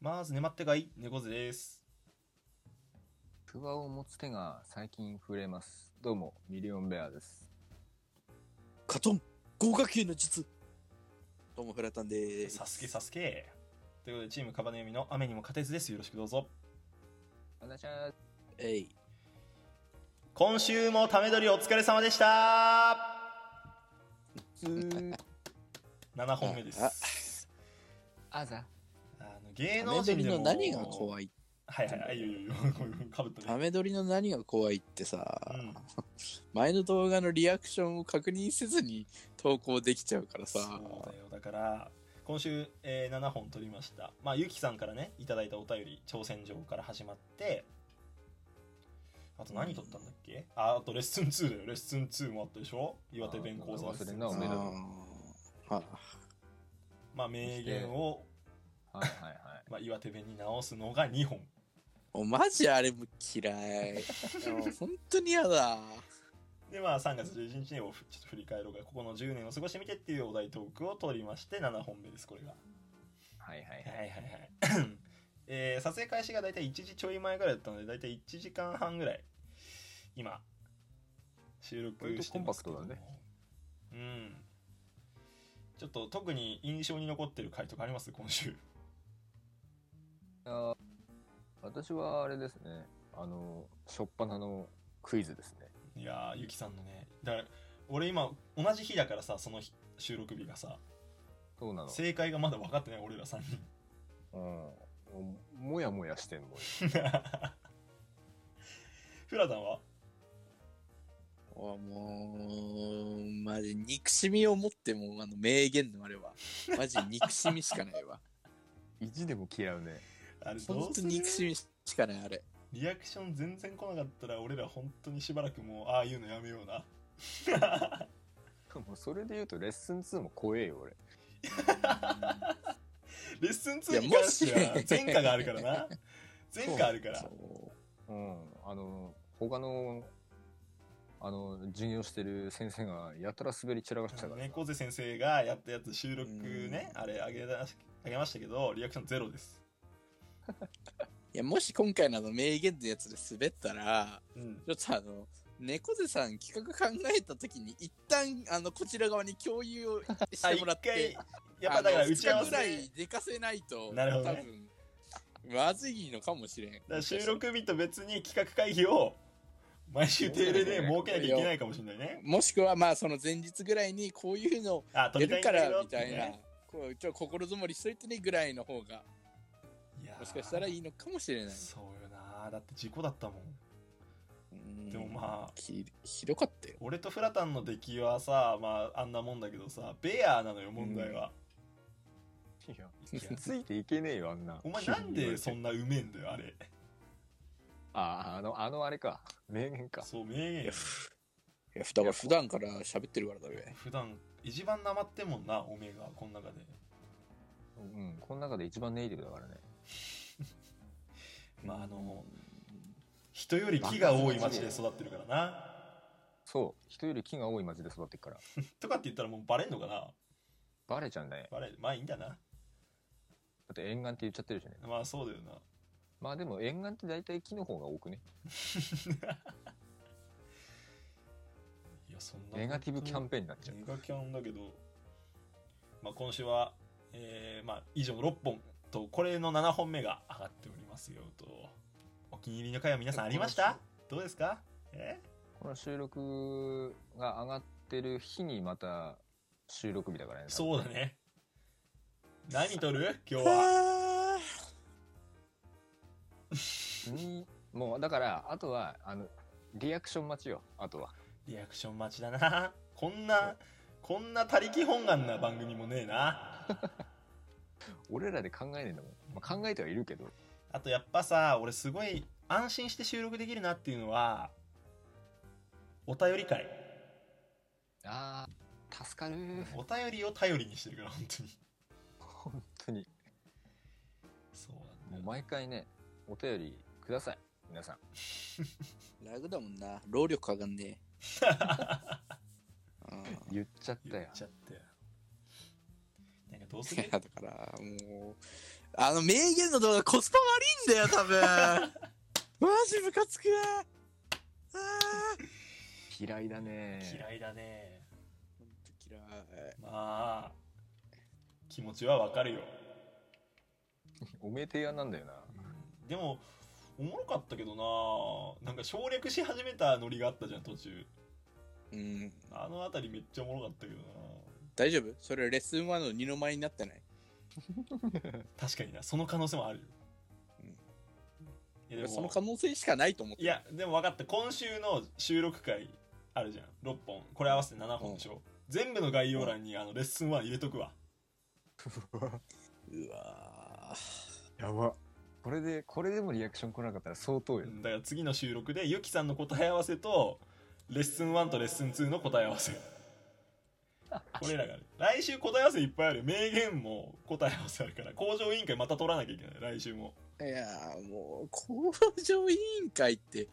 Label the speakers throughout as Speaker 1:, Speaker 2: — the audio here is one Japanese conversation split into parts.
Speaker 1: まず眠ってかい猫背です。
Speaker 2: クワを持つ手が最近触れます。どうも、ミリオンベアです。
Speaker 3: カトン合格球の術どうもフラタンです。
Speaker 1: サスケサスケ。ということで、チームカバネミの雨にも勝てずです。よろしくどうぞ。
Speaker 2: お願いします。
Speaker 3: えい。
Speaker 1: 今週もため撮りお疲れ様でした7本目です。
Speaker 2: あざ。
Speaker 1: あの芸
Speaker 3: た
Speaker 1: 能
Speaker 3: め撮
Speaker 1: 人
Speaker 3: り
Speaker 1: で
Speaker 3: の
Speaker 1: も
Speaker 3: 何が怖い
Speaker 1: はいはいはい、いやいやいや、かぶった
Speaker 3: た
Speaker 1: ね。
Speaker 3: め撮りの何が怖いって
Speaker 1: う
Speaker 3: さ、
Speaker 1: ん、
Speaker 3: 前の動画のリアクションを確認せずに投稿できちゃうからさ、
Speaker 1: そうだよだから今週、えー7本撮りましたまあゆきさんからねいただいたお便り挑戦状から始まってあと何撮ったんだっけああとレッスン2だよレッスン2もあったでしょ岩手弁講座レッスン
Speaker 2: あ
Speaker 3: あ
Speaker 2: ーそれな
Speaker 1: 2
Speaker 2: おめでとう
Speaker 3: ーは
Speaker 1: まあ名言を、
Speaker 2: はいはいはい。
Speaker 1: まあ、岩手弁に直すのが2本
Speaker 3: もうマジあれも嫌い。もう本当に嫌だ。
Speaker 1: でまあ3月11日をふちょっと振り返ろうがここの10年を過ごしてみてっていうお題トークを撮りまして7本目ですこれが
Speaker 2: はいはいはい。
Speaker 1: はいはいはい、 えー撮影開始が大体1時ちょい前ぐらいだったので大体1時間半ぐらい今収録してますけども
Speaker 2: 割とコン
Speaker 1: うんちょっと特に印象に残ってる回とかあります今週
Speaker 2: いやー私はあれですね。あの、しょっぱなのクイズですね。
Speaker 1: いやーゆきさんのねだから俺今同じ日だからさその日収録日がさ
Speaker 2: そうなの。
Speaker 1: 正解がまだ分かってない俺ら3人
Speaker 2: うん。ももやもやしてんのよ。
Speaker 1: フラダンは
Speaker 3: もう、マジ憎しみを持ってもうあの名言のあれは、マジ憎しみしかないわ。
Speaker 2: 意地でも嫌うね。
Speaker 1: あれど
Speaker 3: 本
Speaker 1: う
Speaker 3: 当
Speaker 1: す
Speaker 3: に
Speaker 1: る
Speaker 3: 憎しみしかないあれ。
Speaker 1: リアクション全然来なかったら俺ら本当にしばらくもうああいうのやめような
Speaker 2: もうそれで言うとレッスン2も怖えよ、俺。
Speaker 1: レッスン2に関して
Speaker 3: いや
Speaker 1: は
Speaker 3: もし
Speaker 1: 前科があるからな前科あるから
Speaker 3: そう
Speaker 2: うん。あの、他の、あの、授業してる先生がやたら滑り散らかしたからな。
Speaker 1: 猫背先生がやったやつ収録ねあれあげだしあげましたけどリアクションゼロです
Speaker 3: いや、もし今回のあの名言のやつで滑ったら、
Speaker 1: うん
Speaker 3: ちょっとあの、猫背さん企画考えた時に、一旦、あの、こちら側に共有をし
Speaker 1: あ
Speaker 3: て
Speaker 1: 一
Speaker 3: もらっ
Speaker 1: 回
Speaker 3: て、
Speaker 1: やっぱだから
Speaker 3: あの
Speaker 1: 打ち合わ
Speaker 3: 二
Speaker 1: せ
Speaker 3: 日ぐら
Speaker 1: だ
Speaker 3: い出かせないと、
Speaker 1: なるほどね
Speaker 3: 多分、まずいのかもしれん。
Speaker 1: から収録日と別に企画会議を毎週定例で設けなきゃいけないかもしれないね
Speaker 3: もしくは、まあ、その前日ぐらいに、こういうの
Speaker 1: あ撮
Speaker 3: や
Speaker 1: りたい
Speaker 3: る
Speaker 1: ん
Speaker 3: か
Speaker 1: だけ
Speaker 3: ら、
Speaker 1: ど
Speaker 3: みたいな、こう、ちょ、心づもりしといてね、ぐらいの方が、もしかしたらい
Speaker 1: い
Speaker 3: いのかもしれ
Speaker 1: やー
Speaker 3: ない。
Speaker 1: そうよなだって事故だったもん
Speaker 3: うん
Speaker 1: でもまあ
Speaker 3: ひ、ひどかったよ。
Speaker 1: 俺とフラタンの出来はさまああんなもんだけどさベアーなのよ問題は、
Speaker 2: いや
Speaker 1: いや
Speaker 2: ついていけねえよ、あんな。
Speaker 1: お前なんでそ
Speaker 2: な。
Speaker 1: んなうめえんだよあれ
Speaker 2: あ、あの、あのあれか。名言か。
Speaker 1: そう名言
Speaker 3: い
Speaker 1: よ
Speaker 3: や、ふいやだから普段から喋ってるからだべ。
Speaker 1: 普段一番なまってんもんなおめえがこの中で
Speaker 2: うん、この中で一番ネイティブだからね。
Speaker 1: まああの人より木が多い町で育ってるからな
Speaker 2: そう、人より木が多い町で育ってっから。
Speaker 1: とかって言ったらもうバレんのかな
Speaker 2: バレちゃうんだね。
Speaker 1: バレるまあいいんだな
Speaker 2: だって沿岸って言っちゃってるしね。
Speaker 1: まあそうだよな
Speaker 2: まあでも沿岸って大体木の方が多くね。
Speaker 1: いやそんな
Speaker 2: ネガティブキャンペーンになっちゃう。
Speaker 1: ネガキャンだけどまあ今週はえーまあ以上6本とこれの7本目が上がっておりますよとお気に入りの回は皆さんありましたどうですかえ
Speaker 2: この収録が上がってる日にまた収録日だからね。
Speaker 1: そうだね何撮る今日は
Speaker 3: は
Speaker 2: にもうだから、あとは、あの、リアクション待ちよ、あとは。
Speaker 1: リアクション待ちだなこんなこんな他力本願な番組もねえな
Speaker 2: 俺らで考えねえんだもん。まあ、考えてはいるけど。
Speaker 1: あとやっぱさ俺すごい安心して収録できるなっていうのはお便り会
Speaker 2: ああ、助かるー。
Speaker 1: お便りを頼りにしてるから本当に
Speaker 2: 本当に。
Speaker 1: そう
Speaker 2: も
Speaker 1: な
Speaker 2: うん
Speaker 1: だよ
Speaker 2: 毎回ね、お便りください。皆さん。
Speaker 3: ラグだもんな。労力かかんね え。うん
Speaker 2: 言っちゃった
Speaker 1: 言っ
Speaker 2: よ。
Speaker 1: ちゃってなんかどうす
Speaker 3: いや
Speaker 1: る
Speaker 3: だからもうあの名言の動画コスパ悪いんだよ、多分。マジムカつくな。あー
Speaker 2: 嫌いだね。
Speaker 1: 嫌いだね
Speaker 3: ほんと嫌い。
Speaker 1: まあ気持ちはわかるよ
Speaker 2: おめえ提案なんだよな。
Speaker 1: でもおもろかったけどななんか省略し始めたノリがあったじゃん途中
Speaker 3: うん、
Speaker 1: あの辺りめっちゃおもろかったけどな
Speaker 3: 大丈夫それレッスン1の二の舞になってない
Speaker 1: 確かになその可能性もあるよ、
Speaker 3: うん
Speaker 1: いやでも
Speaker 3: その可能性しかないと思って
Speaker 1: いやでも分かった今週の収録回あるじゃん6本これ合わせて7本でしょ、全部の概要欄にあのレッスン1入れとくわ
Speaker 3: うわ
Speaker 2: やば。これで、これでもリアクション来なかったら相当よ。
Speaker 1: だから次の収録でゆきさんの答え合わせとレッスン1とレッスン2の答え合わせこれらがある来週答え合わせいっぱいある名言も答え合わせあるから工場委員会また取らなきゃいけない来週も
Speaker 3: ーいやーもう工場委員会って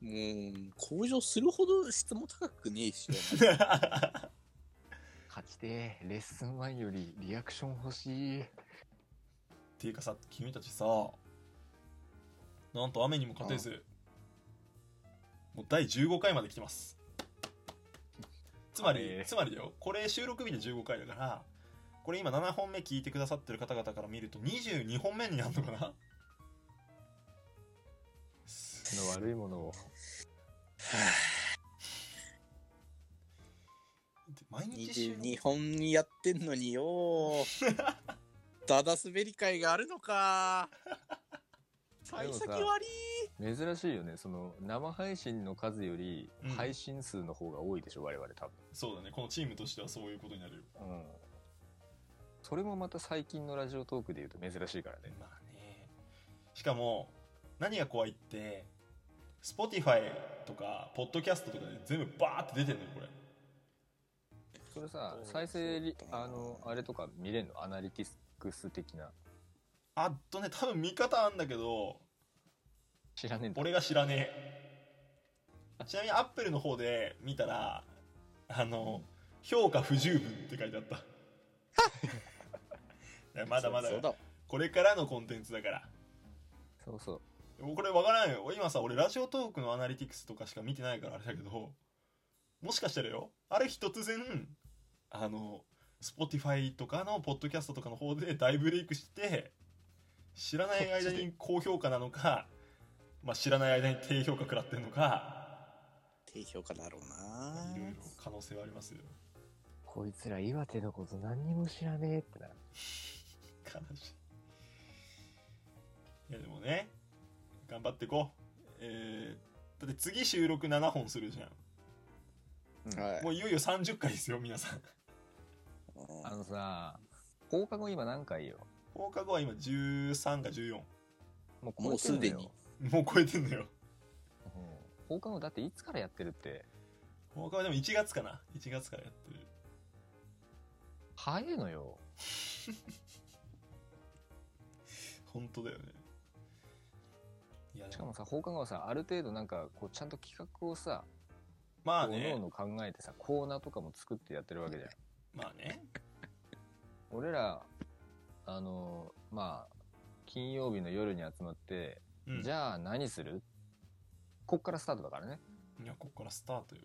Speaker 3: もう向上するほど質も高くねえし
Speaker 2: 勝ちてえレッスン1よりリアクション欲しい。
Speaker 1: ていうかさ君たちさなんと雨にも勝てずもう第15回まで来てますつまり、
Speaker 2: はい
Speaker 1: つまりだよこれ収録日で15回だからこれ今7本目聞いてくださってる方々から見ると22本目になるのかな
Speaker 2: その悪いものを。
Speaker 1: 毎日収録
Speaker 3: 22本にやってんの によーダダ滑り会があるのか
Speaker 2: で
Speaker 3: 幸
Speaker 2: もさ
Speaker 3: 先悪
Speaker 2: 珍しいよね。その、生配信の数より
Speaker 1: うん、
Speaker 2: 配信数の方が多いでしょ、我々多分。
Speaker 1: そうだねこのチームとしてはそういうことになるよ
Speaker 2: うん。それもまた最近のラジオトークで言うと珍しいからね。
Speaker 1: まあねしかも何が怖いって Spotify とか Podcast とかで全部バーって出てんのよこれ
Speaker 2: それさ
Speaker 3: そう、
Speaker 2: 再生リ
Speaker 3: そう、だな
Speaker 2: あの、あれとか見れんのアナリティクス的な。
Speaker 1: あっとね多分見方あんだけど
Speaker 2: 知らねえんだ。
Speaker 1: 俺が知らねえちなみに Apple の方で見たらあの評価不十分って書いてあった いや
Speaker 3: い
Speaker 1: まだまだ
Speaker 3: そうだわ
Speaker 1: これからのコンテンツだから
Speaker 2: そうそう。
Speaker 1: もうこれ分からんよ今さ俺ラジオトークのアナリティクスとかしか見てないからあれだけどもしかしたらよある日突然あの Spotify とかのポッドキャストとかの方で大ブレイクして知らない間に高評価なのか、まあ、知らない間に低評価食らってんのか
Speaker 3: 低評価だろうない
Speaker 1: ろいろ可能性はありますよ
Speaker 2: こいつら岩手のこと何にも知らねえってな。
Speaker 1: 悲しいいやでもね頑張ってこうえー、だって次収録7本するじゃん
Speaker 3: はい
Speaker 1: もういよいよ30回ですよ皆さん
Speaker 3: うん
Speaker 2: あのさ、放課後今何回よ
Speaker 1: 放課後は今13か14
Speaker 2: もう
Speaker 3: も
Speaker 2: 超えて
Speaker 3: う
Speaker 2: ん
Speaker 3: す
Speaker 2: の
Speaker 3: で
Speaker 2: よ
Speaker 3: に。
Speaker 1: もう超えてんのよ
Speaker 2: うん放課後だっていつからやってるって、
Speaker 1: 放課後でも1月かな1月からやってる
Speaker 2: 早いのよ。
Speaker 1: 本当だよねいやで
Speaker 2: しかもさ、放課後はさ、ある程度なんか、こう、ちゃんと企画をさ、
Speaker 1: まあ
Speaker 2: 各
Speaker 1: ね
Speaker 2: 々考えてさ、コーナーとかも作ってやってるわけじゃん。
Speaker 1: まあね
Speaker 2: 俺ら、あの、まあ、金曜日の夜に集まって、
Speaker 1: うん
Speaker 2: じゃあ何するこっからスタートだからね。
Speaker 1: いやここからスタートよ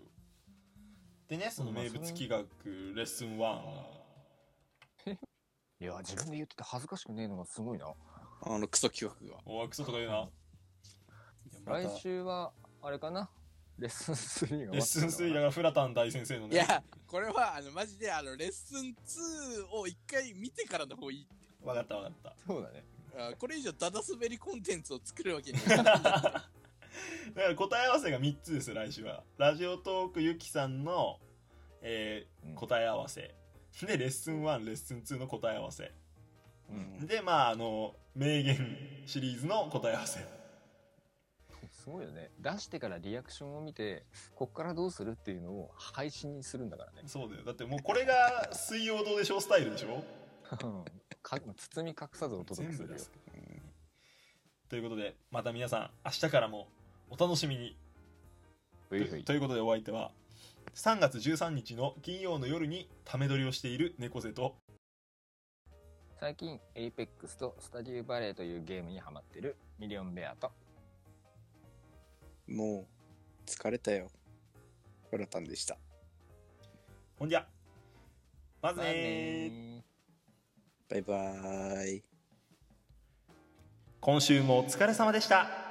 Speaker 1: でねその名物企画レッスン1
Speaker 2: いや、自分で言ってて恥ずかしくねえのがすごいな。
Speaker 3: あのクソ企画が
Speaker 1: おわクソとか言うないやまた
Speaker 2: 来週は、あれかなレッスン3が
Speaker 1: レッスン
Speaker 2: 終
Speaker 1: 3だ
Speaker 2: わ
Speaker 1: か
Speaker 2: っ
Speaker 1: らフラタン大先生の
Speaker 3: い
Speaker 1: ね
Speaker 3: やこれはあのマジであのレッスン2を一回見てからの方がいい
Speaker 1: わかったわかった
Speaker 2: たのかなそうだね。
Speaker 3: あこれ以上ダダ滑りコンテンツを作るわけにはいかない
Speaker 1: だから答え合わせが3つですよ来週はラジオトークゆきさんの、えー
Speaker 2: うん
Speaker 1: 答え合わせでレッスン1レッスン2の答え合わせ
Speaker 3: うん
Speaker 1: でまああの名言シリーズの答え合わせ
Speaker 2: すごいよね。出してからリアクションを見て、こっからどうするっていうのを配信にするんだから ね。
Speaker 1: そうだよだってもうこれが「水曜どうでしょう」スタイルでしょ
Speaker 2: か包み隠さずお届けす
Speaker 1: 全
Speaker 2: るよ
Speaker 1: 部。ですということでまた皆さん明日からもお楽しみに
Speaker 2: ふいふい
Speaker 1: ということでお相手は3月13日の金曜の夜にため撮りをしている猫背と
Speaker 2: さ最近、エイペックスとスタディーバレーというゲームにハマってるミリオンベアと、
Speaker 3: もう、疲れたよ。フラタンでした。
Speaker 1: ほんじゃまず
Speaker 2: まあ
Speaker 1: ねー
Speaker 2: ね
Speaker 3: バイバーイ。
Speaker 1: 今週もお疲れ様でした